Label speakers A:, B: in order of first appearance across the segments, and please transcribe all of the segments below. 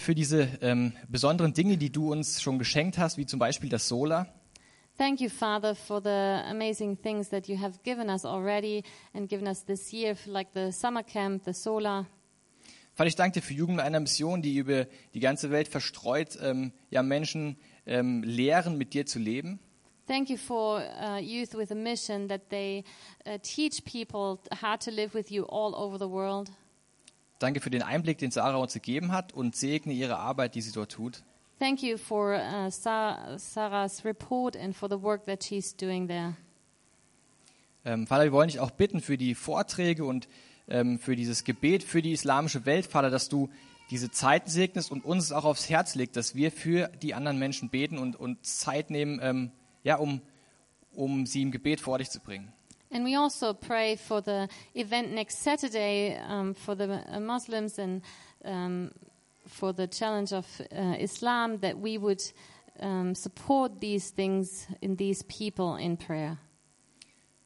A: für diese ähm, besonderen Dinge, die du uns schon geschenkt hast, wie zum Beispiel das Sola.
B: Thank you, Father, for the amazing things that you have given us already and given us this year, like the summer camp, the solar.
A: Vater, ich danke dir für Jugend mit einer Mission, die über die ganze Welt verstreut ähm, ja, Menschen ähm, lehren, mit dir zu leben.
B: Thank you for uh, Youth with a Mission that they uh, teach people how to live with you all over the world.
A: Danke für den Einblick, den Sarah uns gegeben hat und segne ihre Arbeit, die sie dort tut.
B: Thank you for uh, Sa- Sarah's report and for the work that she's doing there.
A: Ähm, Vater, wir wollen dich auch bitten für die Vorträge und ähm, für dieses Gebet für die islamische Welt, Vater, dass du diese Zeiten segnest und uns es auch aufs Herz legt, dass wir für die anderen Menschen beten und, und Zeit nehmen, ähm, ja, um, um sie im Gebet vor dich zu bringen.
B: And we also pray for the event next Saturday um, for the uh, Muslims and um, for the challenge of uh, Islam that we would um, support these things in these people in prayer.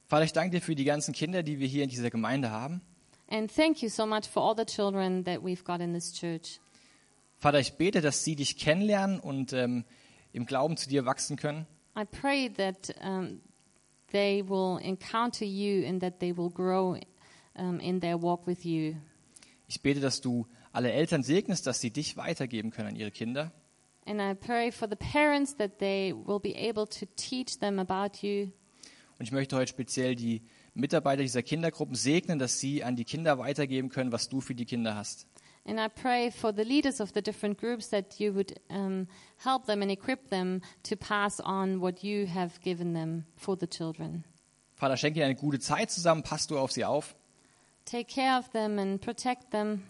A: Vater, ich danke dir für die ganzen Kinder, die wir hier in dieser Gemeinde haben.
B: And thank you so much for all the children that we've got in this church.
A: Vater, ich bete, dass sie dich kennenlernen und ähm, im Glauben zu dir wachsen können.
B: I pray that um, they will encounter you and that they will grow um, in their walk with you.
A: Ich bete, dass du alle Eltern segnest, dass sie dich weitergeben können an ihre Kinder.
B: And I pray for the parents that they will be able to teach them about you.
A: Und ich möchte heute speziell die Mitarbeiter dieser Kindergruppen segnen, dass sie an die Kinder weitergeben können, was du für die Kinder hast.
B: And I pray for the leaders of the different groups that you would um, help them and equip them to pass on what you have given them for the children.
A: Vater, schenke dir eine gute Zeit zusammen, passt du auf sie auf.
B: Take care of them and protect them.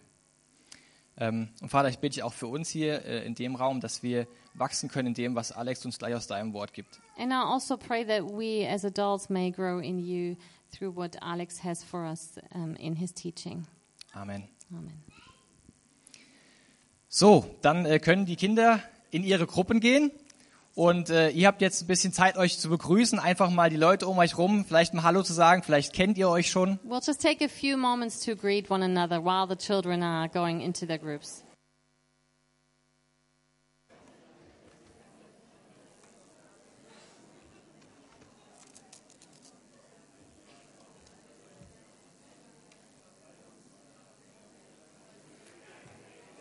A: Ähm, und Vater, ich bitte dich auch für uns hier äh, in dem Raum, dass wir wachsen können in dem, was Alex uns gleich aus deinem Wort gibt.
B: And I also pray that we as adults may grow in you through what Alex has for us um, in his teaching.
A: Amen.
B: Amen.
A: So, dann äh, können die Kinder in ihre Gruppen gehen. Und äh, ihr habt jetzt ein bisschen Zeit, euch zu begrüßen, einfach mal die Leute um euch rum, vielleicht mal Hallo zu sagen, vielleicht kennt ihr euch schon.
B: We'll just take a few moments to greet one another while the children are going into their groups.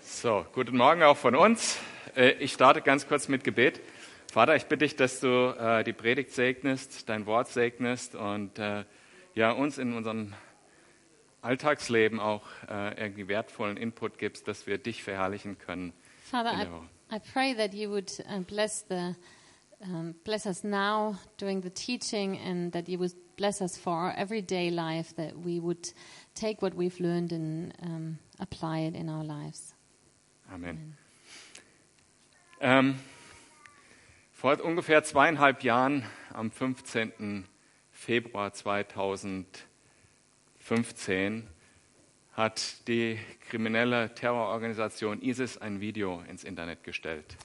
C: So, guten Morgen auch von uns. Äh, Ich starte ganz kurz mit Gebet. Vater, ich bitte dich, dass du äh, die Predigt segnest, dein Wort segnest und äh, ja, uns in unserem Alltagsleben auch äh, irgendwie wertvollen Input gibst, dass wir dich verherrlichen können.
B: Father, I,
C: Genau.
B: I pray that you would uh, bless the um, bless us now during the teaching, and that you would bless us for our everyday life. That we would take what we've learned and um, apply it in our lives.
C: Amen. Ähm, vor ungefähr zweieinhalb Jahren, am 15. Februar 2015, hat die kriminelle Terrororganisation ISIS ein Video ins Internet gestellt.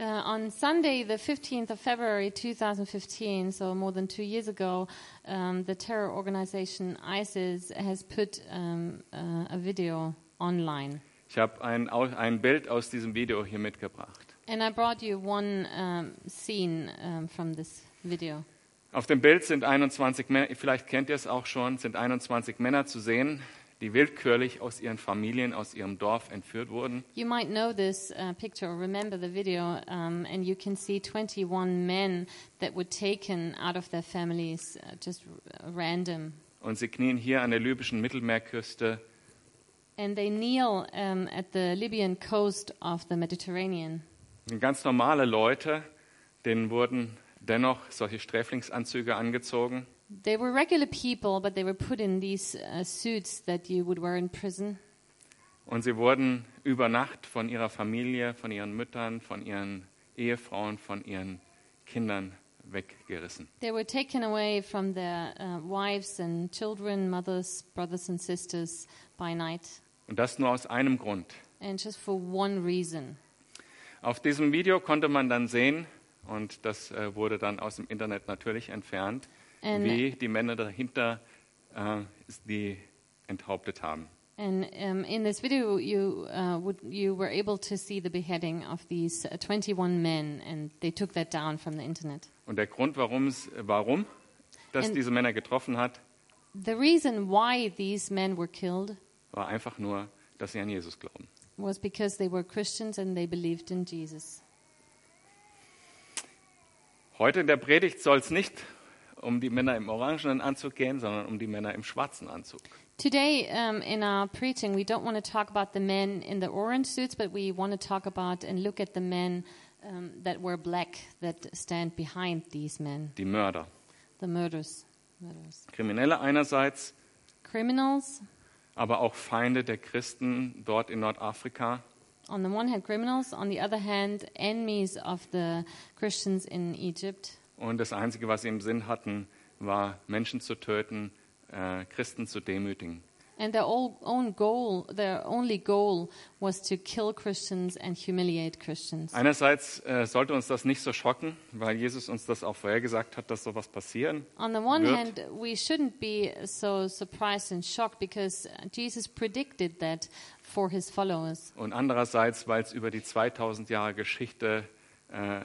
B: Uh, on Sunday, the 15th of February 2015, so more than two years ago, um, the terror organization ISIS has put um, uh, a video online.
C: Ich habe ein, Au- ein Bild aus diesem Video hier mitgebracht.
B: And I brought you one um, scene um, from this video.
C: Auf dem Bild sind 21 Männer, vielleicht kennt ihr es auch schon, sind 21 Männer zu sehen, die willkürlich aus ihren Familien, aus ihrem Dorf entführt wurden.
B: You might know this uh, picture or remember the video, um, and you can see 21 men that were taken out of their families, uh, just r- random.
C: Und sie knien hier an der libyschen Mittelmeerküste
B: And they kneel um, at the Libyan coast of the Mediterranean.
C: sind ganz normale Leute, denen wurden dennoch solche Sträflingsanzüge angezogen.
B: They were regular people, but they were put in these uh, suits that you would wear in prison.
C: Und sie wurden über Nacht von ihrer Familie, von ihren Müttern, von ihren Ehefrauen, von ihren Kindern weggerissen.
B: They were taken away from their uh, wives and children, mothers, brothers, and sisters by night,
C: Und das nur aus einem Grund.
B: and just for one reason.
C: Auf diesem Video konnte man dann sehen, und das äh, wurde dann aus dem Internet natürlich entfernt,
B: Ähm,
C: wie die Männer dahinter äh, die enthauptet haben.
B: And um, in this video, you uh, would you were able to see the beheading of these uh, 21 men, and they took that down from the internet.
C: Und der Grund, warum's, warum das
B: In-
C: diese Männer getroffen hat,
B: The reason why these men were killed
C: war einfach nur, dass sie an Jesus glauben.
B: was because they were Christians and they believed in Jesus.
C: Heute in der Predigt soll es nicht um die Männer im orangenen Anzug gehen, sondern um die Männer im schwarzen Anzug.
B: Today, um, in our preaching, we don't want to talk about the men in the orange suits, but we want to talk about and look at the men um, that were black that stand behind these men,
C: Die Mörder.
B: the murderers, murderers.
C: Kriminelle einerseits,
B: criminals.
C: aber auch Feinde der Christen dort in Nordafrika.
B: On the one hand, criminals. On the other hand, enemies of the Christians in Egypt.
C: Und das Einzige, was sie im Sinn hatten, war, Menschen zu töten, äh, Christen zu demütigen.
B: And their all, own goal, their only goal, was to kill Christians and humiliate Christians.
C: Einerseits äh, sollte uns das nicht so schocken, weil Jesus uns das auch vorhergesagt hat, dass sowas passieren.
B: On the one
C: Wird.
B: hand, we shouldn't be so surprised and shocked because Jesus predicted that for his followers.
C: Und andererseits, weil es über die 2000 Jahre Geschichte äh,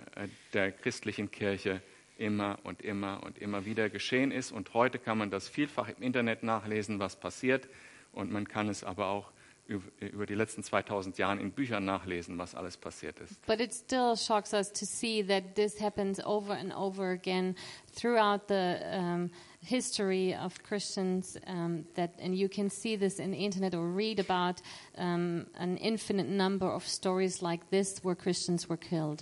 C: der christlichen Kirche immer und immer und immer wieder geschehen ist. Und heute kann man das vielfach im Internet nachlesen, was passiert. Und man kann es aber auch üb- über die letzten 2000 Jahre in Büchern nachlesen, was alles passiert ist.
B: But it still shocks us to see that this happens over and over again throughout the um, history of Christians. Um, that and you can see this in the internet or read about um, an infinite number of stories like this where Christians were killed.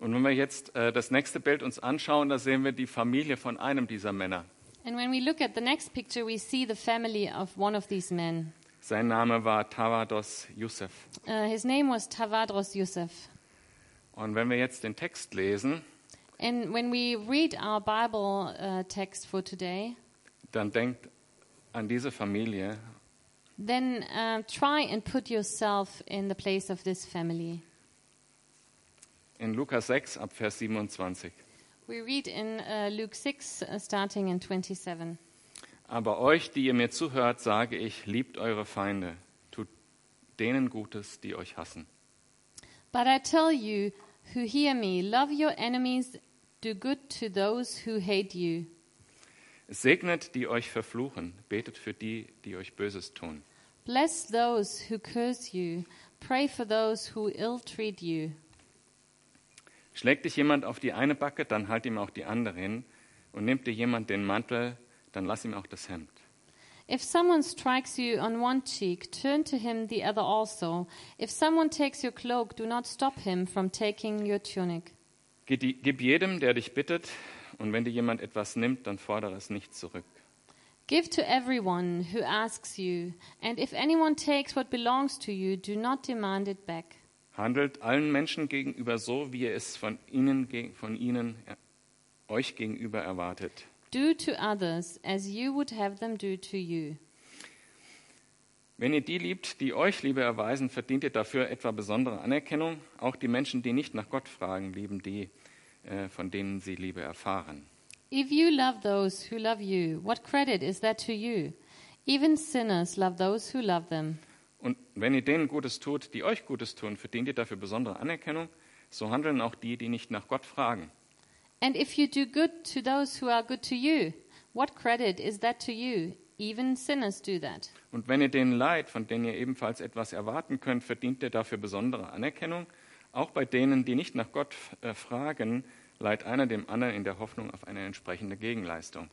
C: Und wenn wir jetzt äh, das nächste Bild uns anschauen, da sehen wir die Familie von einem dieser Männer.
B: And when we look at the next picture, we see the family of one of these men.
C: Sein Name war Tawados Youssef.
B: Uh, his name was Tavadros Yusuf.
C: Und wenn wir jetzt den Text lesen,
B: And when we read our Bible uh, text for today,
C: dann denkt an diese Familie
B: then um, try and put yourself in the place of this family.
C: in Lukas 6 ab Vers 27.
B: We read in uh, Luke 6, uh, starting in 27.
C: Aber euch, die ihr mir zuhört, sage ich, liebt eure Feinde, tut denen Gutes, die euch hassen.
B: But I tell you who hear me, love your enemies, do good to those who hate you,
C: Segnet, die euch verfluchen, betet für die, die euch Böses tun.
B: bless those who curse you, pray for those who ill treat you.
C: Schlägt dich jemand auf die eine Backe, dann halt ihm auch die andere hin. Und nimmt dir jemand den Mantel, dann lass ihm auch das Hemd.
B: If someone strikes you on one cheek, turn to him the other also. If someone takes your cloak, do not stop him from taking your tunic.
C: Gib die- Gib jedem, der dich bittet, und wenn dir jemand etwas nimmt, dann fordere es nicht zurück.
B: Give to everyone who asks you, and if anyone takes what belongs to you, do not demand it back.
C: Handelt allen Menschen gegenüber so, wie ihr es von ihnen, ge- von ihnen äh, euch gegenüber erwartet.
B: Do to others as you would have them do to you.
C: Wenn ihr die liebt, die euch Liebe erweisen, verdient ihr dafür etwa besondere Anerkennung. Auch die Menschen, die nicht nach Gott fragen, lieben die, äh, von denen sie Liebe erfahren.
B: If you love those who love you, what credit is that to you? Even sinners love those who love them.
C: Und wenn ihr denen Gutes tut, die euch Gutes tun, verdient ihr dafür besondere Anerkennung. So handeln auch die, die nicht nach Gott fragen.
B: And if you do good to those who are good to you, what credit is that to you? Even sinners do that.
C: Und wenn ihr denen leid, von denen ihr ebenfalls etwas erwarten könnt, verdient ihr dafür besondere Anerkennung. Auch bei denen, die nicht nach Gott äh, fragen, leiht einer dem anderen in der Hoffnung auf eine entsprechende Gegenleistung.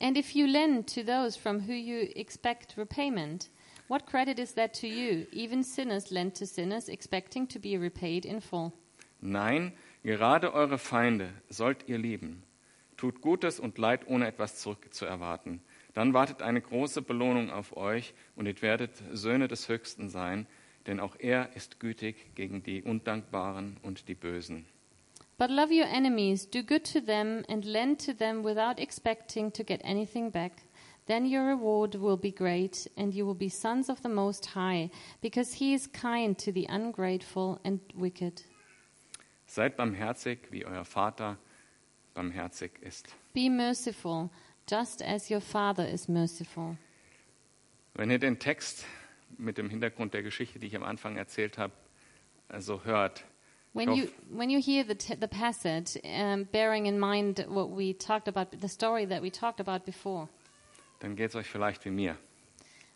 B: And if you lend to those from who you expect repayment, what credit is that to you? Even sinners lend to sinners, expecting to be repaid in full.
C: Nein, gerade eure Feinde sollt ihr lieben. Tut Gutes und Leid, ohne etwas zurückzuerwarten. Dann wartet eine große Belohnung auf euch und ihr werdet Söhne des Höchsten sein, denn auch er ist gütig gegen die Undankbaren und die Bösen.
B: But love your enemies, do good to them, and lend to them without expecting to get anything back. Then your reward will be great, and you will be sons of the Most High, because He is kind to the ungrateful and wicked.
C: Seid barmherzig, wie euer Vater barmherzig ist.
B: Be merciful, just as your Father is merciful.
C: Wenn ihr den Text mit dem Hintergrund der Geschichte, die ich am Anfang erzählt habe, also hört.
B: When
C: Doch.
B: you when you hear the t- the passage, um, bearing in mind what we talked about, the story that we talked about before,
C: Dann geht es euch vielleicht wie mir.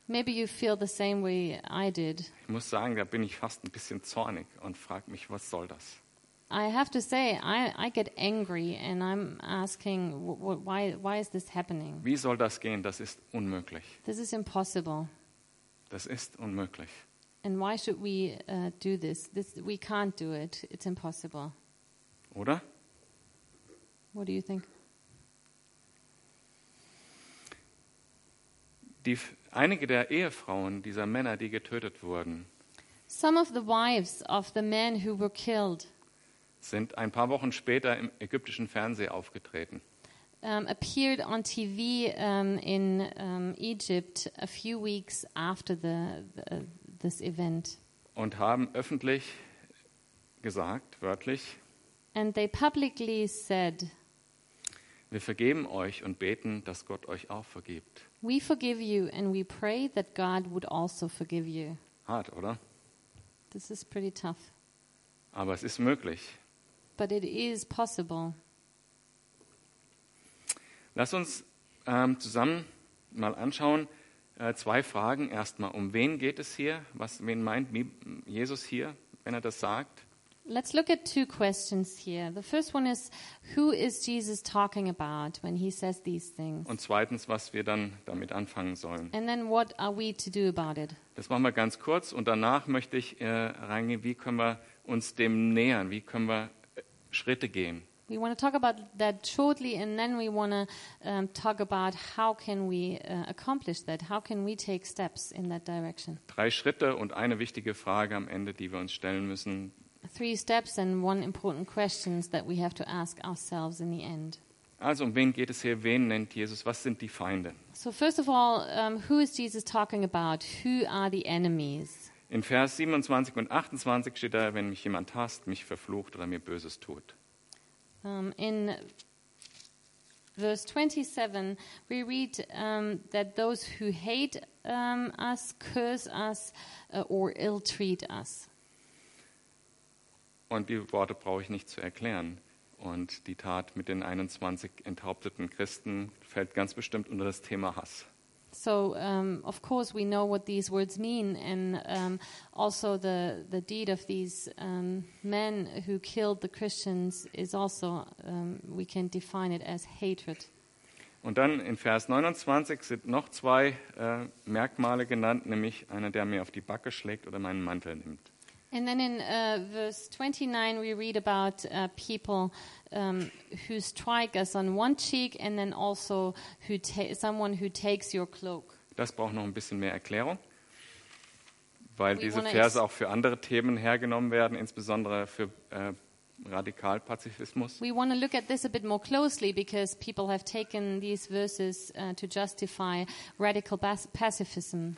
B: maybe you feel the same way I did.
C: Ich muss sagen, da bin ich fast ein bisschen zornig und frage mich, was soll das?
B: I have to say, I, I get angry, and I'm asking, wh- wh- why why is this happening?
C: Wie soll das gehen? Das ist unmöglich.
B: This is impossible,
C: Das ist unmöglich.
B: and why should we uh, do this? This we can't do it. It's impossible.
C: Oder?
B: What do you think?
C: Die, einige der Ehefrauen dieser Männer, die getötet wurden,
B: Some of the wives of the men who were killed
C: sind ein paar Wochen später im ägyptischen Fernsehen aufgetreten.
B: um, appeared on TV um, in um, Egypt a few weeks after the, the uh, this event,
C: und haben öffentlich gesagt, wörtlich,
B: and they publicly said,
C: wir vergeben euch und beten, dass Gott euch auch vergibt.
B: "We forgive you, and we pray that God would also forgive you."
C: Hart, oder?
B: This is pretty tough,
C: Aber es ist möglich.
B: but it is possible.
C: Lass uns ähm, zusammen mal anschauen, äh, zwei Fragen erstmal. Um wen geht es hier? Was, wen meint Mi- Jesus hier, wenn er das sagt?
B: Let's look at two questions here. The first one is, who is Jesus talking about when he says these things?
C: Und zweitens, was wir dann damit anfangen sollen.
B: And then what are we to do about it?
C: Das machen wir ganz kurz und danach möchte ich äh, reingehen, wie können wir uns dem nähern? Wie können wir äh, Schritte gehen?
B: We want to talk about that shortly, and then we want to um, talk about how can we uh, accomplish that? How can we take steps in that direction?
C: drei Schritte und eine wichtige Frage am Ende, die wir uns stellen müssen.
B: Three steps and one important questions that we have to ask ourselves in the end.
C: Also um wen geht es hier? Wen nennt Jesus? Was sind die Feinde?
B: So first of all, um, who is Jesus talking about? Who are the enemies?
C: In Vers 27 und 28 steht da, wenn mich jemand hasst, mich verflucht oder mir Böses tut.
B: Um, in verse 27, we read um, that those who hate um, us, curse us, uh, or ill treat us.
C: Und die Worte brauche ich nicht zu erklären. Und die Tat mit den 21 enthaupteten Christen fällt ganz bestimmt unter das Thema Hass.
B: So, um, of course, we know what these words mean, and um, also the, the deed of these um, men who killed the Christians is also, um, we can define it as hatred.
C: Und dann in Vers 29 sind noch zwei äh, Merkmale genannt, nämlich einer, der mir auf die Backe schlägt oder meinen Mantel nimmt.
B: And then in uh, verse 29, we read about uh, people um, who strike us on one cheek, and then also who ta- someone who takes your cloak.
C: Das braucht noch ein bisschen mehr Erklärung, weil
B: We
C: diese
B: wanna
C: Verse
B: ex-
C: auch für andere Themen hergenommen werden, insbesondere für äh, Radikalpazifismus.
B: We want to look at this a bit more closely because people have taken these verses uh, to justify radical bas- pacifism.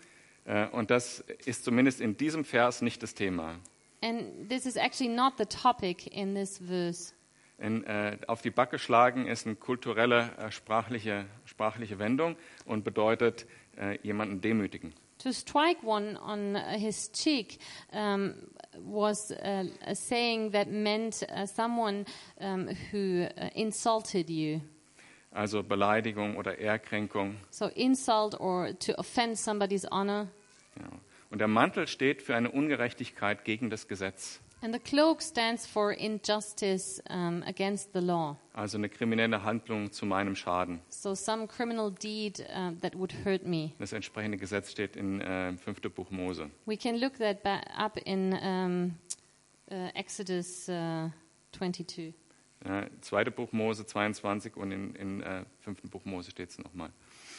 C: Äh, und das ist zumindest in diesem Vers nicht das Thema.
B: And this is actually not the topic in this verse.
C: In, äh, auf die Backe schlagen ist eine kulturelle, äh, sprachliche, sprachliche Wendung und bedeutet äh, jemanden demütigen.
B: To strike one on uh, his cheek um, was uh, a saying that meant uh, someone um, who uh, insulted you.
C: Also Beleidigung oder Ehrkränkung.
B: So, insult or to offend somebody's honor.
C: Ja. Und der Mantel steht für eine Ungerechtigkeit gegen das Gesetz.
B: And the cloak stands for injustice um, against the law.
C: Also eine kriminelle Handlung zu meinem Schaden.
B: So some criminal deed um, that would hurt me.
C: Das entsprechende Gesetz steht in äh, 5. Buch Mose.
B: We can look that ba- up in um, uh, Exodus uh, 22.
C: Äh, 2. Buch Mose 22 und in, in äh, 5. Buch Mose steht es nochmal.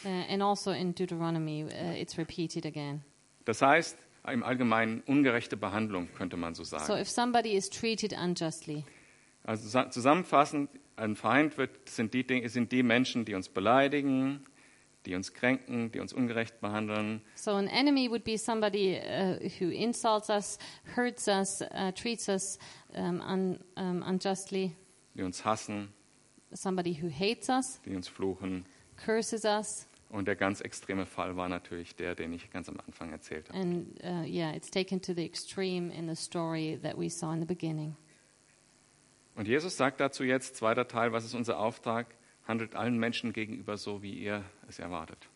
B: Uh, and also in Deuteronomy, uh, it's repeated again.
C: Das heißt, im Allgemeinen ungerechte Behandlung, könnte man so
B: So
C: sagen.
B: if somebody is treated unjustly,
C: Also sa- zusammenfassend, ein Feind wird, sind, die, Dinge- sind die Menschen, die uns beleidigen, die uns kränken, die uns ungerecht behandeln.
B: so an enemy would be somebody uh, who insults us, hurts us, uh, treats us um, un- um, unjustly,
C: Die uns hassen,
B: somebody who hates us,
C: die uns fluchen
B: curses us,
C: Und der ganz extreme Fall war natürlich der, den ich ganz am Anfang erzählt habe.
B: And uh, yeah, it's taken to the extreme in the story that we saw in the beginning.
C: Und Jesus sagt dazu jetzt, zweiter Teil, was ist unser Auftrag? Handelt allen Menschen gegenüber so, wie ihr es erwartet.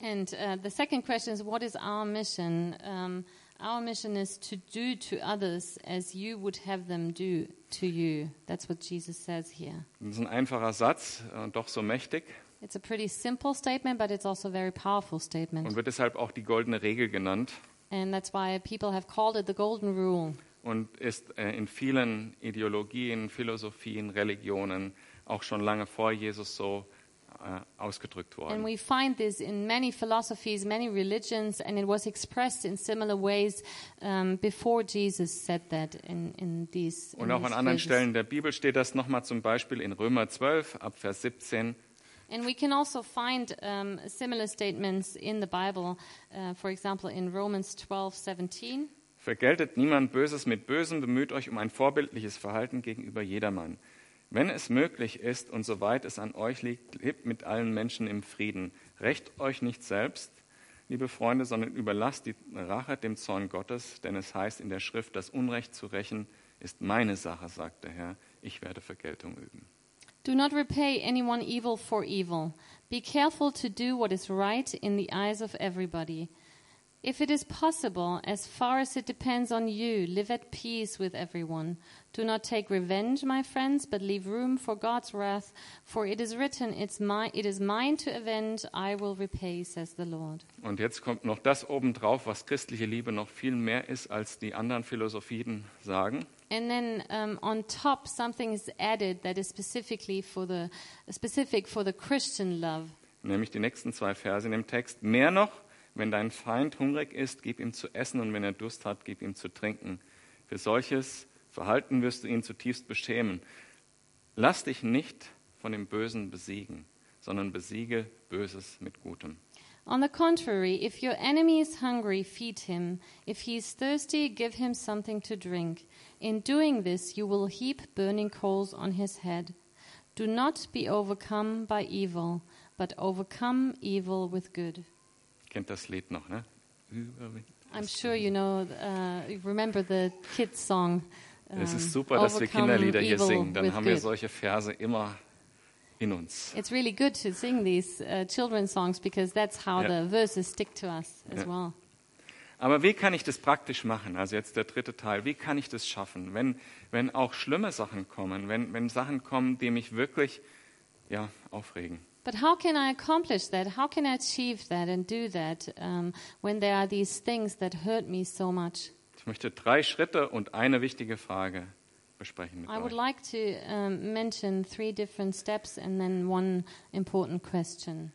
B: And uh, the second question is what is our mission? Um, our mission is to do to others as you would have them do to you. That's what Jesus says here.
C: Das ist ein einfacher Satz und doch so mächtig
B: It's a pretty simple statement, but it's also a very powerful
C: und
B: statement.
C: wird deshalb auch die goldene Regel genannt
B: And that's why people have called it the golden rule.
C: und ist äh, in vielen Ideologien, Philosophien, Religionen auch schon lange vor Jesus so äh, ausgedrückt
B: And
C: worden.
B: we find this in many philosophies, many religions, and it was expressed in similar ways um, before Jesus said that in, in these. in
C: Und auch
B: these
C: an anderen
B: phrases.
C: Stellen der Bibel steht das nochmal zum Beispiel in Römer 12 ab Vers 17.
B: And we can also find um, similar statements in the Bible, uh, for example, in Romans 12:17.
C: Vergeltet niemand Böses mit Bösem, bemüht euch um ein vorbildliches Verhalten gegenüber jedermann. Wenn es möglich ist und soweit es an euch liegt, lebt mit allen Menschen im Frieden. Rächt euch nicht selbst, liebe Freunde, sondern überlasst die Rache dem Zorn Gottes, denn es heißt in der Schrift, das Unrecht zu rächen ist meine Sache, sagt der Herr, ich werde Vergeltung üben.
B: Do not repay anyone evil for evil. Be careful to do what is right in the eyes of everybody. If it is possible, as far as it depends on you, live at peace with everyone. Do not take revenge, my friends, but leave room for God's wrath, for it is written, it's my, it is mine to avenge, I will repay, says the Lord.
C: Und jetzt kommt noch das obendrauf, was christliche Liebe noch viel mehr ist, als die anderen Philosophien sagen.
B: And then um, on top, something is added that is specifically for the specific for the Christian love.
C: nämlich die nächsten zwei Verse in dem Text. Mehr noch, wenn dein Feind hungrig ist, gib ihm zu essen und wenn er Durst hat, gib ihm zu trinken. Für solches Verhalten wirst du ihn zutiefst beschämen. Lass dich nicht von dem Bösen besiegen, sondern besiege Böses mit Gutem.
B: On the contrary, if your enemy is hungry, feed him. If he is thirsty, give him something to drink. In doing this, you will heap burning coals on his head. Do not be overcome by evil, but overcome evil with good.
C: Kennt das Lied noch, ne? Überwind.
B: I'm sure you know, uh, you remember the kids' song.
C: Es
B: um,
C: ist super, dass wir
B: "Overcome
C: Kinderlieder hier
B: evil
C: singen. Dann
B: with
C: haben wir
B: good."
C: solche Verse immer in uns.
B: It's really good to sing these uh, children's songs because that's how
C: Yeah.
B: the verses stick to us as
C: Yeah.
B: well.
C: Aber wie kann ich das praktisch machen? Also jetzt der dritte Teil. Wie kann ich das schaffen, wenn, wenn auch schlimme Sachen kommen, wenn, wenn Sachen kommen, die mich wirklich ja, aufregen?
B: But how can I accomplish that? How can I achieve that and do that um, when there are these things that hurt me so much?
C: Ich möchte drei Schritte und eine wichtige Frage besprechen mit
B: I would
C: euch.
B: like to um, mention three different steps and then one important question.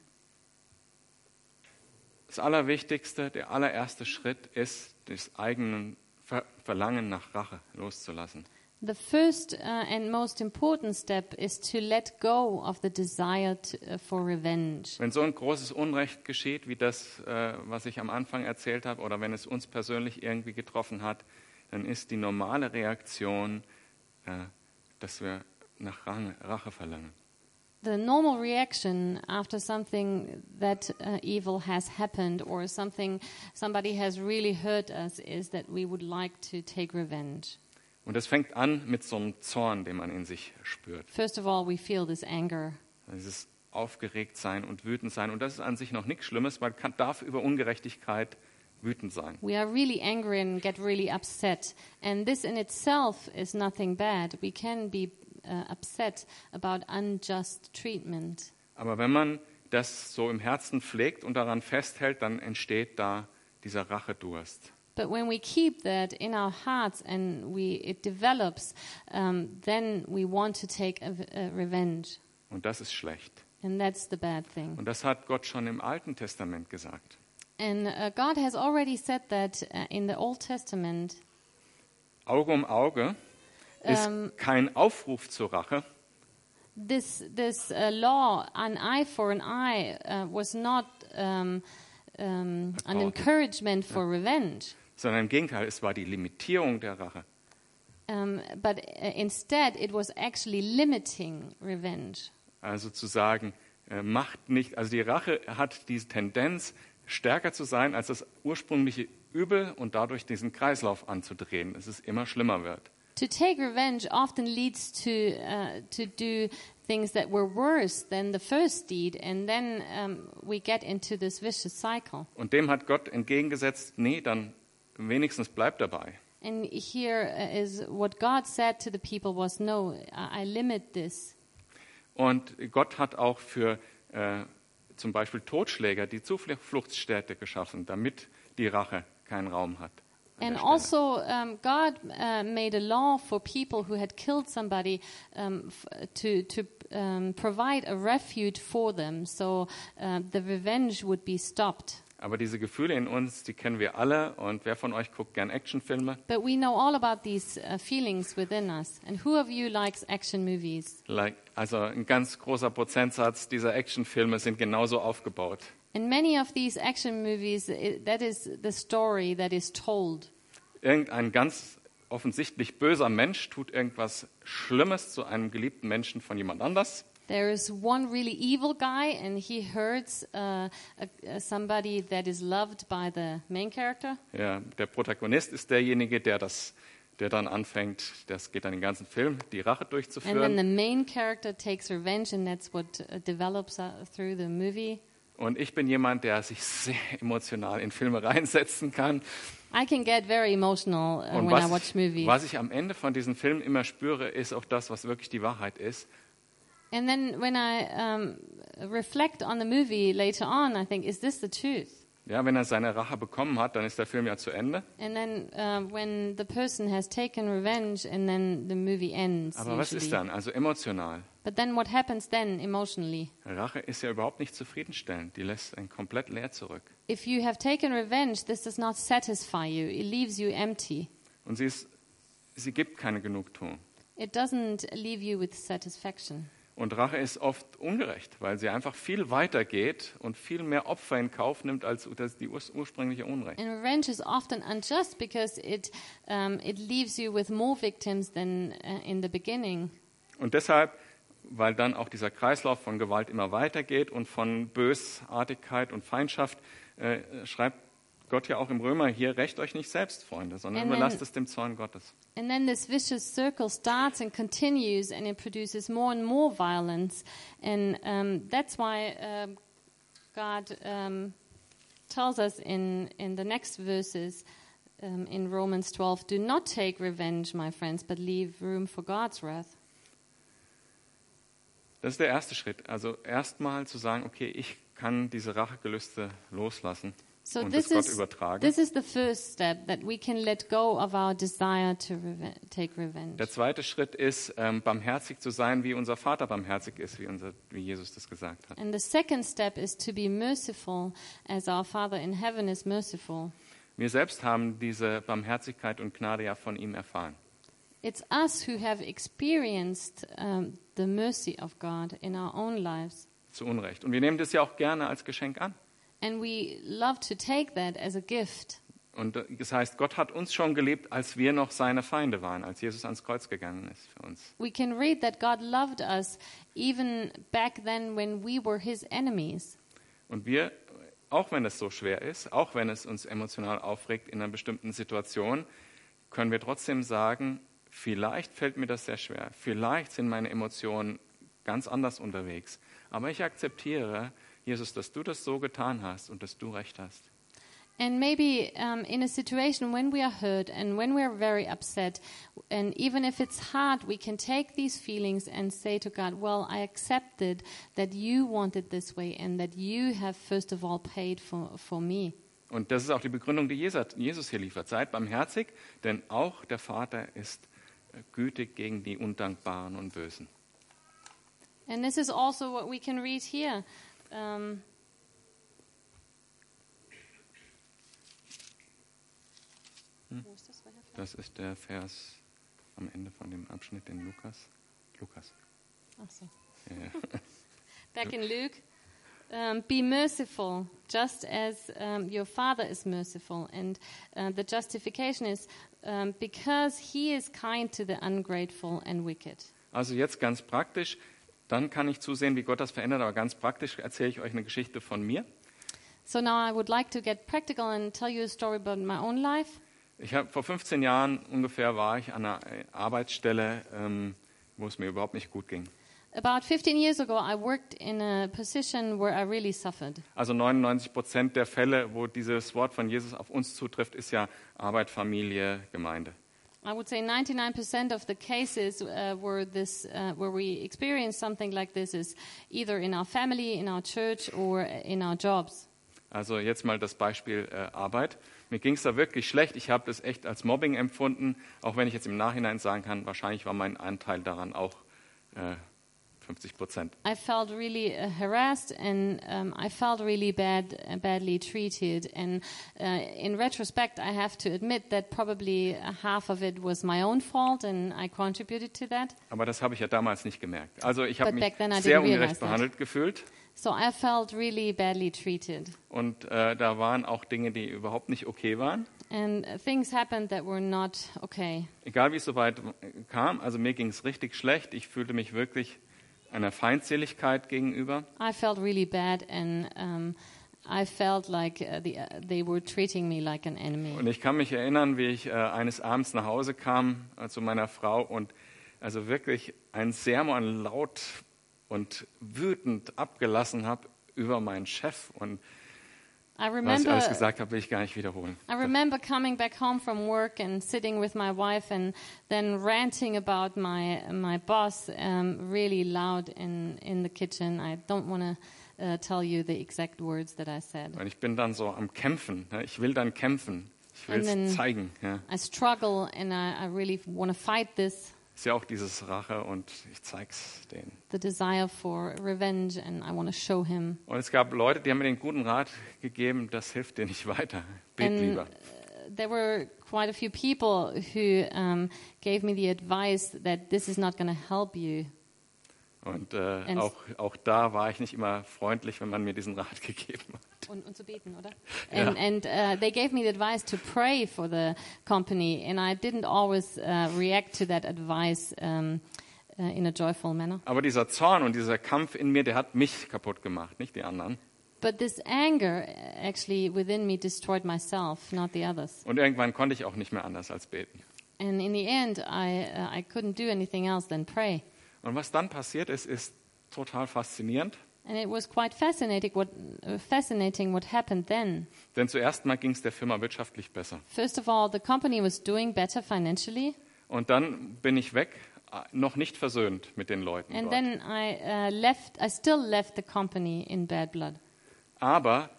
C: Das Allerwichtigste, der allererste Schritt ist, das eigene Ver Verlangen nach Rache loszulassen.
B: The first uh, and most important step is to let go of the desire to, uh, for revenge.
C: Wenn so ein großes Unrecht geschieht, wie das, äh, was ich am Anfang erzählt habe, oder wenn es uns persönlich irgendwie getroffen hat, dann ist die normale Reaktion, äh, dass wir nach Rang- Rache verlangen.
B: the normal reaction after something that uh, evil has happened or something somebody has really hurt us is that we would like to take revenge.
C: Und das fängt an mit so einem Zorn, den man in sich spürt.
B: First of all, we feel this anger.
C: Dieses Aufgeregtsein und wütend sein. Und das ist an sich noch nichts Schlimmes. Man kann, darf über Ungerechtigkeit wütend sein.
B: We are really angry and get really upset. And this in itself is nothing bad. We can be uh, upset about unjust treatment.
C: Aber wenn man das so im Herzen pflegt und daran festhält, dann entsteht da dieser Rachedurst.
B: But when we keep that in our hearts and we, it develops, um, then we want to take a, a revenge.
C: Und das ist schlecht.
B: And that's the bad thing.
C: Und das hat Gott schon im Alten Testament gesagt.
B: And uh, God has already said that uh, in the Old Testament.
C: Auge um Auge ist
B: Ähm.
C: kein Aufruf zur Rache,
B: This this uh, law, an eye for an eye, uh, was not um, um, an
C: Oh.
B: encouragement for revenge,
C: sondern im Gegenteil, es war die Limitierung der Rache.
B: um, but uh, instead it was actually limiting revenge.
C: Also zu sagen, äh, macht nicht, also die Rache hat diese Tendenz, stärker zu sein als das ursprüngliche Übel und dadurch diesen Kreislauf anzudrehen, dass es immer schlimmer wird.
B: To take revenge often leads to uh, to do things that were worse than the first deed, and then um, we get into this vicious cycle.
C: Und dem hat Gott entgegengesetzt, nee, dann wenigstens bleib dabei.
B: And here uh, is what God said to the people was, "No, I I limit this."
C: Und Gott hat auch für äh, zum Beispiel Totschläger die Zufluchtsstätte geschaffen, damit die Rache keinen Raum hat. an
B: And
C: der Stelle.
B: also, um, God uh, made a law for people who had killed somebody um, f- to to um, provide a refuge for them, so uh, the revenge would be stopped.
C: Aber diese Gefühle in uns, die kennen wir alle. Und wer von euch guckt gern Actionfilme?
B: But we know all about these uh, feelings within us. And who of you likes action movies?
C: Like, also ein ganz großer Prozentsatz dieser Actionfilme sind genauso aufgebaut.
B: And many of these action movies, i that is the story that is told.
C: Irgendein ganz offensichtlich böser Mensch tut irgendwas Schlimmes zu einem geliebten Menschen von jemand anders.
B: There is one really evil guy, and he hurts uh, a, a somebody that is loved by the main character.
C: Ja, der Protagonist ist derjenige, der das, der dann anfängt, das geht dann den ganzen Film, die Rache
B: And then
C: durchzuführen.
B: the main character takes revenge, and that's what uh, develops uh, through the movie.
C: Und ich bin jemand, der sich sehr emotional in Filme reinsetzen kann.
B: I can get very emotional uh,
C: Und
B: when I watch
C: was,
B: movies.
C: was ich am Ende von diesen Filmen immer spüre, ist auch das, was wirklich die Wahrheit ist.
B: And then when I um, reflect on the movie later on, I think, is this the truth?
C: Ja, wenn er seine Rache bekommen hat, dann ist der Film ja zu Ende.
B: And then uh, when the person has taken revenge, and then the movie ends.
C: Aber was ist
B: usually.
C: dann? Also emotional.
B: But then what happens then emotionally?
C: Rache ist ja überhaupt nicht zufriedenstellend. Die lässt einen komplett leer zurück.
B: If you have taken revenge, this does not satisfy you. It leaves you empty.
C: Und sie, ist, sie gibt keine Genugtuung.
B: It doesn't leave you with satisfaction.
C: Und Rache ist oft ungerecht, weil sie einfach viel weiter geht und viel mehr Opfer in Kauf nimmt als das- die urs ursprüngliche Unrecht.
B: And revenge is often unjust because it um, it leaves you with more victims than uh, in the beginning.
C: Und deshalb, weil dann auch dieser Kreislauf von Gewalt immer weitergeht und von Bösartigkeit und Feindschaft, äh, schreibt Gott ja auch im Römer hier, rächt euch nicht selbst, Freunde, sondern
B: Amen.
C: überlasst es dem Zorn Gottes.
B: And then this vicious circle starts and continues, and it produces more and more violence. And um, that's why um, God um, tells us in, in the next verses um, in Romans 12 do not take revenge, my friends, but leave room for God's wrath.
C: Das ist der erste Schritt. Also erstmal zu sagen, okay, ich kann diese Rachegelüste loslassen
B: So
C: und
B: this
C: es Gott
B: is,
C: übertragen.
B: this is the first step that we can let go of our desire to reve- take revenge.
C: Der zweite Schritt ist, ähm, barmherzig zu sein, wie unser Vater barmherzig ist, wie, unser, wie Jesus das gesagt hat.
B: And the second step is to be merciful as our Father in heaven is merciful.
C: Wir selbst haben diese Barmherzigkeit und Gnade ja von ihm erfahren.
B: It's us who have experienced um, the mercy of God in our own lives.
C: Zu Unrecht. Und wir nehmen das ja auch gerne als Geschenk an.
B: And we love to take that as a gift.
C: Und äh, das heißt, Gott hat uns schon gelebt, als wir noch seine Feinde waren, als Jesus ans Kreuz gegangen ist für uns.
B: We can read that God loved us even back then when we were his enemies.
C: Und wir, auch wenn es so schwer ist, auch wenn es uns emotional aufregt in einer bestimmten Situation, können wir trotzdem sagen, vielleicht fällt mir das sehr schwer, vielleicht sind meine Emotionen ganz anders unterwegs, aber ich akzeptiere, Jesus, dass du das so getan hast und dass du recht hast.
B: And maybe um, in a situation when we are hurt and when we are very upset, and even if it's hard, we can take these feelings and say to God, Well, I accepted that you want it this way and that you have first of all paid for, for me.
C: Und das ist auch die Begründung, die Jesat- Jesus hier liefert. Seid barmherzig, denn auch der Vater ist äh, gütig gegen die Undankbaren und Bösen.
B: And this is also what we can read here. Um, Wo ist das? Welcher Vers?
C: Das ist der Vers am Ende von dem Abschnitt in Lukas. Lukas.
B: Ach so.
C: Ja.
B: oh, Back in Luke. Um, be merciful, just as um, your Father is merciful. And uh, the justification is um, because he is kind to the ungrateful and wicked.
C: Also jetzt ganz praktisch, Dann kann ich zusehen, wie Gott das verändert. Aber ganz praktisch erzähle ich euch eine Geschichte von mir.
B: So now I would like to get practical and tell you a story about my own life.
C: Ich habe vor 15 Jahren ungefähr war ich an einer äh, Arbeitsstelle, ähm, wo es mir überhaupt nicht gut ging.
B: About 15 years ago, I worked in a position where I really suffered.
C: Also 99 Prozent der Fälle, wo dieses Wort von Jesus auf uns zutrifft, ist ja Arbeit, Familie, Gemeinde.
B: I would say 99% of the cases uh, where this, uh, where we experience something like this, is either in our family, in our church, or in our jobs.
C: Also jetzt mal das Beispiel äh, Arbeit. Mir ging es da wirklich schlecht. Ich habe das echt als Mobbing empfunden, auch wenn ich jetzt im Nachhinein sagen kann, wahrscheinlich war mein Anteil daran auch äh, 50 Prozent.
B: I felt really uh, harassed and um, I felt really bad, uh, badly treated. And uh, in retrospect, I have to admit that probably half of it was my own fault and I contributed to that.
C: Aber das habe ich ja damals nicht gemerkt. Also ich habe
B: But
C: mich
B: back then I
C: sehr
B: didn't realize
C: ungerecht
B: that.
C: behandelt gefühlt
B: So I felt really badly treated.
C: und äh, da waren auch Dinge, die überhaupt nicht okay waren.
B: And uh, things happened that were not okay.
C: Egal wie es soweit kam, also mir ging es richtig schlecht. Ich fühlte mich wirklich einer Feindseligkeit gegenüber.
B: I felt really bad and um, I felt like uh, the, uh, they were treating me like an enemy.
C: Und ich kann mich erinnern, wie ich äh, eines Abends nach Hause kam äh, zu meiner Frau und also wirklich einen Sermon laut und wütend abgelassen habe über meinen Chef und
B: I
C: was ich alles
B: remember
C: gesagt habe, will ich gar nicht wiederholen.
B: I remember coming back home from work and sitting with my wife and then ranting about my my boss um, really loud in in the kitchen. I don't want to uh, tell you the exact words that I said.
C: Und ich bin dann so am Kämpfen. Ne? Ich will dann kämpfen. Ich will
B: And
C: es
B: then-
C: zeigen. Ja.
B: I struggle and I, I really want to fight this
C: Ist ja auch dieses Rache und ich zeig's denen.
B: the desire for revenge and I want to show him.
C: Und es gab Leute, die haben mir den guten Rat gegeben, das hilft dir nicht weiter. Bet
B: And,
C: lieber.
B: There were quite a few people who um, gave me the advice that this is not going to help you.
C: Und äh,
B: and-
C: auch, auch da war ich nicht immer freundlich, wenn man mir diesen Rat gegeben hat.
B: Und, und zu beten, oder?
C: Ja.
B: And, and uh, they gave me the advice to pray for the company, and I didn't always uh, react to that advice um, uh, in a joyful manner.
C: Aber dieser Zorn und dieser Kampf in mir, der hat mich kaputt gemacht, nicht die anderen.
B: But this anger uh, actually within me destroyed myself, not the others.
C: Und irgendwann konnte ich auch nicht mehr anders als beten.
B: And in the end, I, uh, I couldn't do anything else than pray.
C: Und was dann passiert ist, ist total faszinierend.
B: And it was quite fascinating what, uh, fascinating what happened then.
C: Denn zuerst mal ging es der Firma wirtschaftlich besser.
B: First of all, the company was doing better financially.
C: Und dann bin ich weg, äh, noch nicht versöhnt mit den Leuten.
B: And
C: Dort.
B: then I uh, left, I still left the company in bad blood.
C: Aber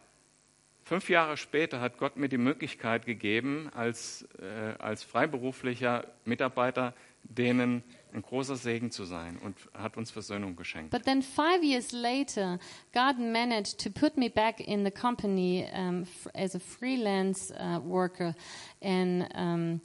C: fünf Jahre später hat Gott mir die Möglichkeit gegeben, als, äh, als freiberuflicher Mitarbeiter denen ein großer Segen zu sein und hat uns Versöhnung geschenkt.
B: But then five years later, God managed to put me back in the company um, f- as a freelance uh, worker, and um,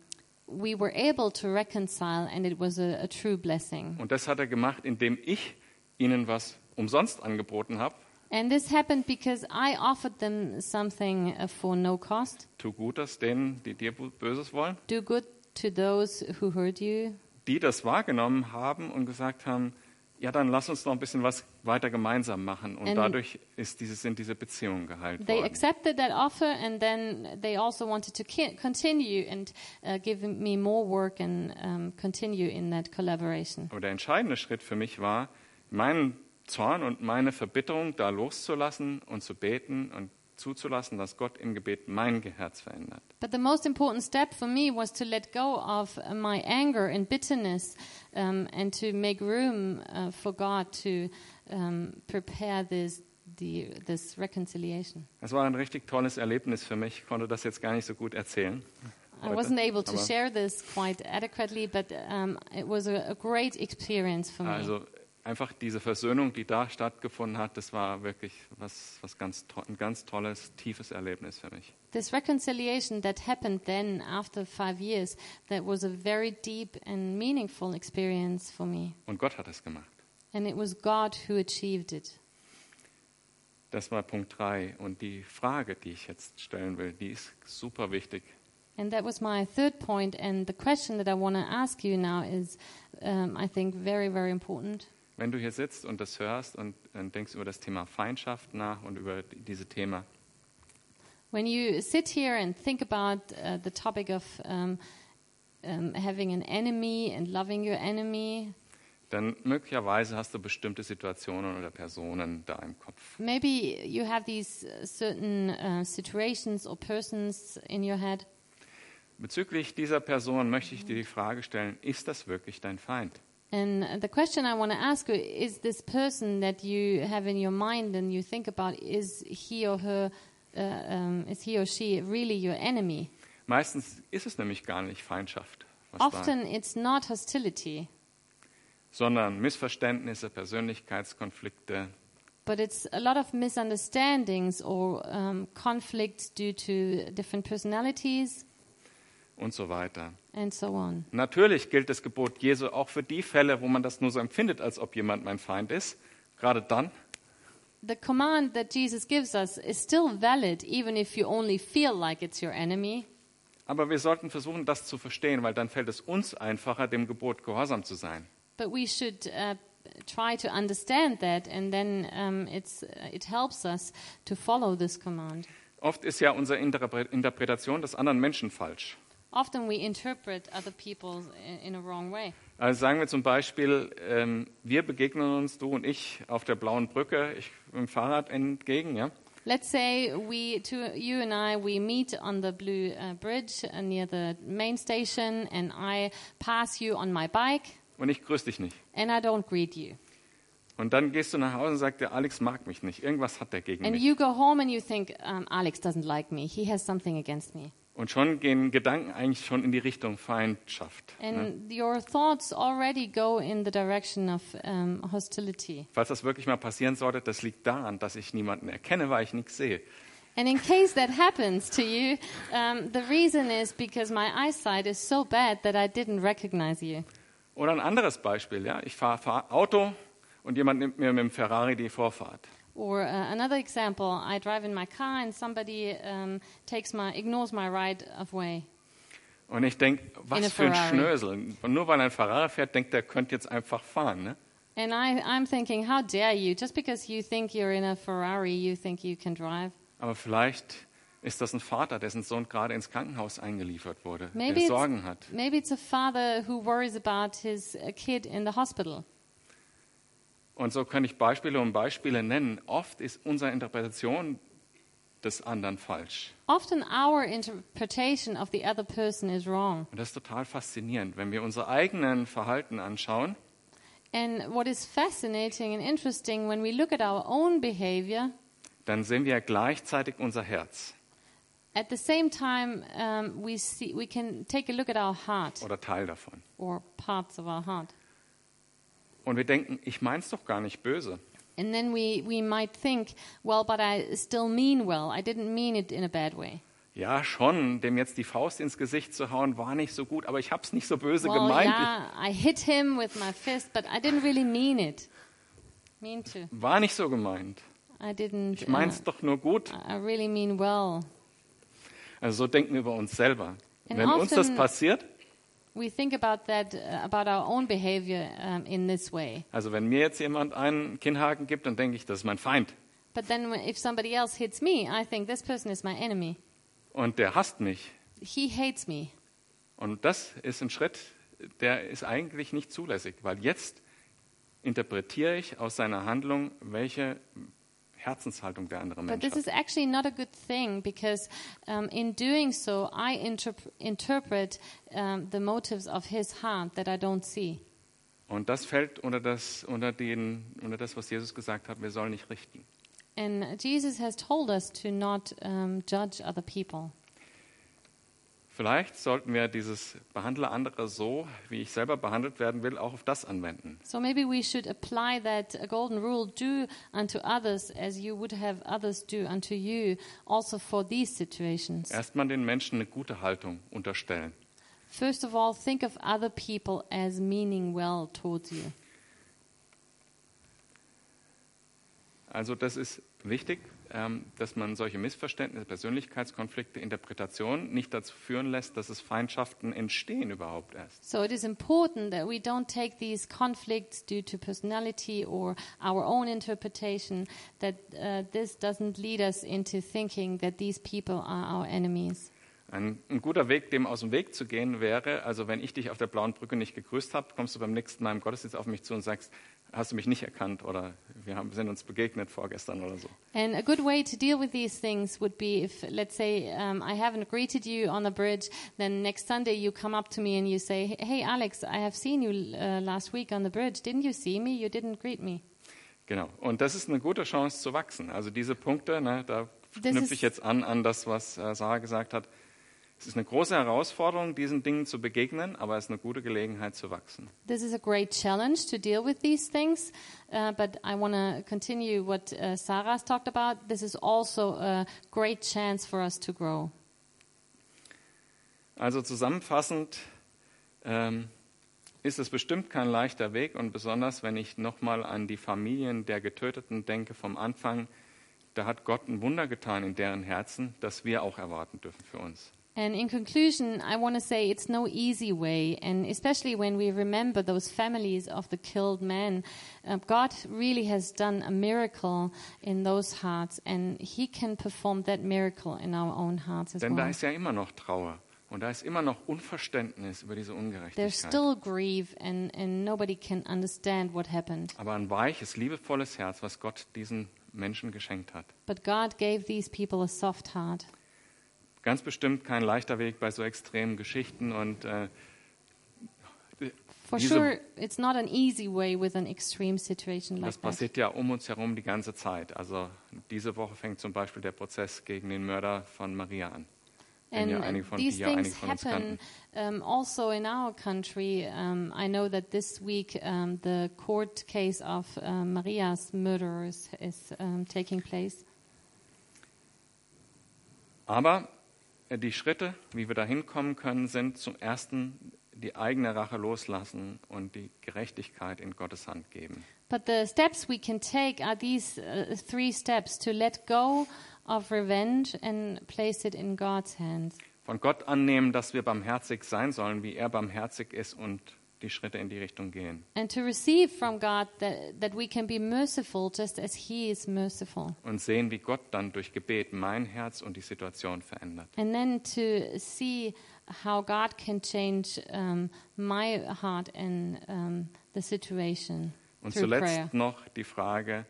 B: we were able to reconcile, and it was a, a true blessing.
C: Und das hat er gemacht, indem ich ihnen was umsonst angeboten habe,
B: And this happened because I offered them something uh, for no cost:
C: tu Gutes denen, die dir Bu- Böses wollen,
B: do good to those who hurt you.
C: die das wahrgenommen haben und gesagt haben, ja, dann lass uns noch ein bisschen was weiter gemeinsam machen. Und
B: Ähm,
C: dadurch ist diese, sind diese Beziehungen geheilt
B: They
C: worden.
B: accepted that offer, and then they also wanted to ki- continue and uh, give me more work and um, continue in that collaboration.
C: Aber der entscheidende Schritt für mich war, meinen Zorn und meine Verbitterung da loszulassen und zu beten und zuzulassen, dass Gott im Gebet mein Herz verändert.
B: But the most important step for me was to let go of uh, my anger and bitterness um, and to make room uh, for God to um, prepare this, the, this reconciliation.
C: Das war ein richtig tolles Erlebnis für mich. Ich konnte das jetzt gar nicht so gut erzählen.
B: I
C: heute,
B: wasn't able to
C: aber-
B: share this quite adequately, but um, it was a, a great experience for me.
C: Also einfach diese Versöhnung, die da stattgefunden hat, das war wirklich was, was ganz to ein ganz tolles, tiefes Erlebnis für mich.
B: This reconciliation that happened then after five years, that was a very deep and meaningful experience for me.
C: Und Gott hat es gemacht.
B: And it was God who achieved it.
C: Das war Punkt 3. Und die Frage, die ich jetzt stellen will, die ist super wichtig.
B: And that was my third point. And the question that I want to ask you now is, um, I think, very, very important.
C: wenn du hier sitzt und das hörst und, und denkst über das Thema Feindschaft nach und über die- diese Thema,
B: When you sit here and think about uh, the topic of um, um, having an enemy and loving your enemy,
C: dann möglicherweise hast du bestimmte Situationen oder Personen da im Kopf.
B: maybe you have these uh, certain uh, situations or persons in your head.
C: Bezüglich dieser Person möchte ich dir die Frage stellen, ist das wirklich dein Feind?
B: And the question I want to ask you is this person that you have in your mind and you think about is he or her uh, um, is he or she really your enemy?
C: Meistens ist es nämlich gar nicht Feindschaft, was da,
B: Often it's not hostility,
C: sondern Missverständnisse, Persönlichkeitskonflikte,
B: but it's a lot of misunderstandings or um, conflicts due to different personalities
C: und so weiter.
B: and so on.
C: Natürlich gilt das Gebot Jesu auch für die Fälle, wo man das nur so empfindet, als ob jemand mein Feind ist. Gerade dann,
B: The command that Jesus gives us is still valid even if you only feel like it's your enemy.
C: Aber wir sollten versuchen, das zu verstehen, weil dann fällt es uns einfacher, dem Gebot gehorsam zu sein.
B: But we should uh, try to understand that, and then um, it's, it helps us to follow this command.
C: Oft ist ja unsere Interpre- Interpretation des anderen Menschen falsch.
B: Often we interpret other people i- in a wrong way.
C: Also sagen wir zum Beispiel, ähm, wir begegnen uns, du und ich, auf der blauen Brücke, ich mit dem Fahrrad entgegen, ja.
B: Let's say we, two, you and I, we meet on the Blue uh, Bridge uh, near the main station, and I pass you on my bike,
C: Und ich grüß dich nicht.
B: and I don't greet you.
C: Und dann gehst du nach Hause und sagst, der Alex mag mich nicht. Irgendwas hat der gegen
B: And
C: mich.
B: you go home and you think, um, Alex doesn't like me. He has something against me.
C: Und schon gehen Gedanken eigentlich schon in die Richtung Feindschaft. Ne?
B: And your thoughts already go in the direction of um, hostility.
C: Falls das wirklich mal passieren sollte, das liegt daran, dass ich niemanden erkenne, weil ich nichts sehe.
B: And in case that happens to you, um, the reason is because my eyesight is so bad that I didn't recognize you.
C: Oder ein anderes Beispiel, ja, ich fahre fahr Auto und jemand nimmt mir mit dem Ferrari die Vorfahrt.
B: Or uh, another example, I drive in my car and somebody um, takes my, ignores my right of way.
C: Und ich denke, was
B: In a
C: für ein
B: Ferrari.
C: Schnösel. Und nur weil er ein Ferrari fährt, denkt er, könnte jetzt einfach fahren. Ne?
B: And I, I'm thinking, how dare you? Just because you think you're in a Ferrari, you think you can drive.
C: Aber vielleicht ist das ein Vater, dessen Sohn gerade ins Krankenhaus eingeliefert wurde,
B: Maybe
C: der Sorgen
B: it's,
C: hat.
B: maybe it's a father who worries about his uh, kid in the hospital.
C: Und so kann ich Beispiele um Beispiele nennen. Oft ist unsere Interpretation des anderen falsch.
B: Often our interpretation of the other person is wrong.
C: Und das ist total faszinierend, wenn wir unsere eigenen Verhalten anschauen
B: And what is fascinating and interesting when we look at our own behavior,
C: dann sehen wir gleichzeitig unser Herz
B: at the same time um, we see we can take a look at our heart
C: oder Teil davon.
B: or parts of our heart,
C: Und wir denken, ich mein's doch gar nicht böse.
B: and then we we might think, well, but I still mean well. I didn't mean it in a bad way.
C: Ja, schon, dem jetzt die Faust ins Gesicht zu hauen, war nicht so gut, aber ich hab's nicht so böse
B: Well,
C: gemeint.
B: yeah, I hit him with my fist, but I didn't really mean it. Mean to?
C: Ich war nicht so gemeint.
B: I didn't.
C: Ich mein's doch nur gut.
B: uh, I really mean well.
C: Also so denken wir über uns selber.
B: And
C: Wenn uns das
B: often-
C: passiert,
B: We think about that uh, about our own behavior um, in this way.
C: also wenn mir jetzt jemand einen Kinnhaken gibt, dann denke ich, das ist mein Feind.
B: But then when- if somebody else hits me, I think this person is my enemy.
C: Und der hasst mich.
B: He hates me.
C: Und das ist ein Schritt, der ist eigentlich nicht zulässig, weil jetzt interpretiere ich aus seiner Handlung, welche Herzenshaltung der andere
B: But
C: Mensch
B: this
C: hat.
B: is actually not a good thing because um, in doing so, I interp- interpret um, the motives of his heart that I don't see.
C: Und das fällt unter das, unter, den, unter das, was Jesus gesagt hat, wir sollen nicht richten.
B: And Jesus has told us to not um, judge other people.
C: Vielleicht sollten wir dieses Behandle andere so, wie ich selber behandelt werden will, auch auf das anwenden.
B: So maybe we should apply that uh, golden rule do unto others as you would have others do unto you, also for these situations.
C: Erstmal den Menschen eine gute Haltung unterstellen.
B: First of all, think of other people as meaning well towards you.
C: Also das ist wichtig. Äh, ähm, dass man solche Missverständnisse, Persönlichkeitskonflikte, Interpretationen nicht dazu führen lässt, dass es Feindschaften entstehen überhaupt erst.
B: So it is important that we don't take these conflicts due to personality or our own interpretation, that uh, this doesn't lead us into thinking that these people are our enemies.
C: Ein, ein guter Weg, dem aus dem Weg zu gehen, wäre, also wenn ich dich auf der blauen Brücke nicht gegrüßt habe, kommst du beim nächsten Mal im Gottesdienst auf mich zu und sagst, hast du mich nicht erkannt oder wir haben, sind uns begegnet vorgestern oder so.
B: And a good way to deal with these things would be if, let's say, um, I haven't greeted you on the bridge, then next Sunday you come up to me and you say, Hey, Alex, I have seen you uh, last week on the bridge. Didn't you see me? You didn't greet me.
C: Genau. Und das ist eine gute Chance zu wachsen. Also diese Punkte, ne, da
B: Das ist-
C: knüpfe ich jetzt an an das, was äh, Sarah gesagt hat. Es ist eine große Herausforderung, diesen Dingen zu begegnen, aber es ist eine gute Gelegenheit zu wachsen.
B: This is a great challenge to deal with these things, uh, but I want to continue what uh, Sarah's talked about. This is also a great chance for us to grow.
C: Also zusammenfassend ähm, ist es bestimmt kein leichter Weg und besonders wenn ich nochmal an die Familien der Getöteten denke vom Anfang, da hat Gott ein Wunder getan in deren Herzen, das wir auch erwarten dürfen für uns.
B: And in conclusion, I want to say it's no easy way, and especially when we remember those families of the killed men, uh, God really has done a miracle in those hearts, and He can perform that miracle in our own hearts as
C: Denn da
B: well.
C: ist ja immer noch Trauer und da ist immer noch Unverständnis über diese
B: There's
C: Ungerechtigkeit.
B: still grief, and, and nobody can understand what happened.
C: Aber ein weiches, liebevolles Herz, was Gott diesen Menschen geschenkt hat.
B: But God gave these people a soft heart.
C: Ganz bestimmt kein leichter Weg bei so extremen Geschichten und äh,
B: For
C: Diese-
B: sure, it's not an easy way with an extreme situation
C: Das
B: like that.
C: passiert ja um uns herum die ganze Zeit. Also diese Woche fängt zum Beispiel der Prozess gegen den Mörder von Maria an. Den ja einige
B: And
C: von, die
B: these
C: ja einige
B: things
C: von uns
B: happen
C: kannten.
B: um, also in our country. Um, I know that this week um, the court case of um, Maria's murderer is, is um, taking place.
C: Aber äh, die Schritte, wie wir da hinkommen können, sind zum Ersten die eigene Rache loslassen und die Gerechtigkeit in Gottes Hand geben.
B: But the steps we can take are these uh, three steps to let go of revenge and place it in God's hands.
C: Von Gott annehmen, dass wir barmherzig sein sollen, wie er barmherzig ist und die Schritte in die Richtung gehen.
B: and to receive from God that, that we can be merciful just as He is merciful.
C: Und sehen, wie Gott dann durch Gebet mein Herz und die Situation verändert.
B: And then to see how God can change um, my heart and um, the situation
C: Und
B: through
C: zuletzt
B: prayer.
C: noch die Frage,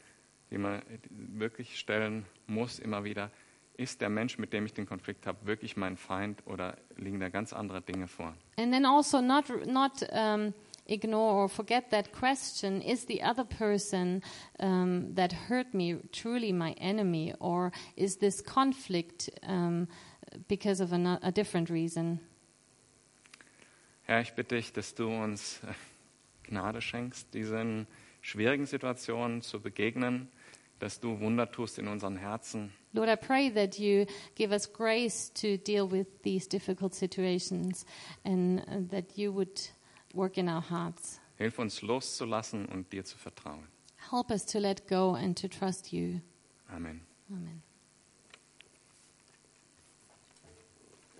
C: die man wirklich stellen muss immer wieder, ist der Mensch, mit dem ich den Konflikt habe, wirklich mein Feind oder liegen da ganz andere Dinge vor?
B: And then also not not um, ignore or forget that question: Is the other person um, that hurt me truly my enemy, or is this conflict um, because of ano- a different reason?
C: Herr, ich bitte dich, dass du uns äh, Gnade schenkst, diesen schwierigen Situationen zu begegnen, dass du Wunder tust in unseren Herzen,
B: Lord, I pray that you give us grace to deal with these difficult situations and uh, that you would work in our hearts.
C: hilf uns loszulassen und dir zu vertrauen.
B: Help us to let go and to trust you.
C: Amen.
B: Amen.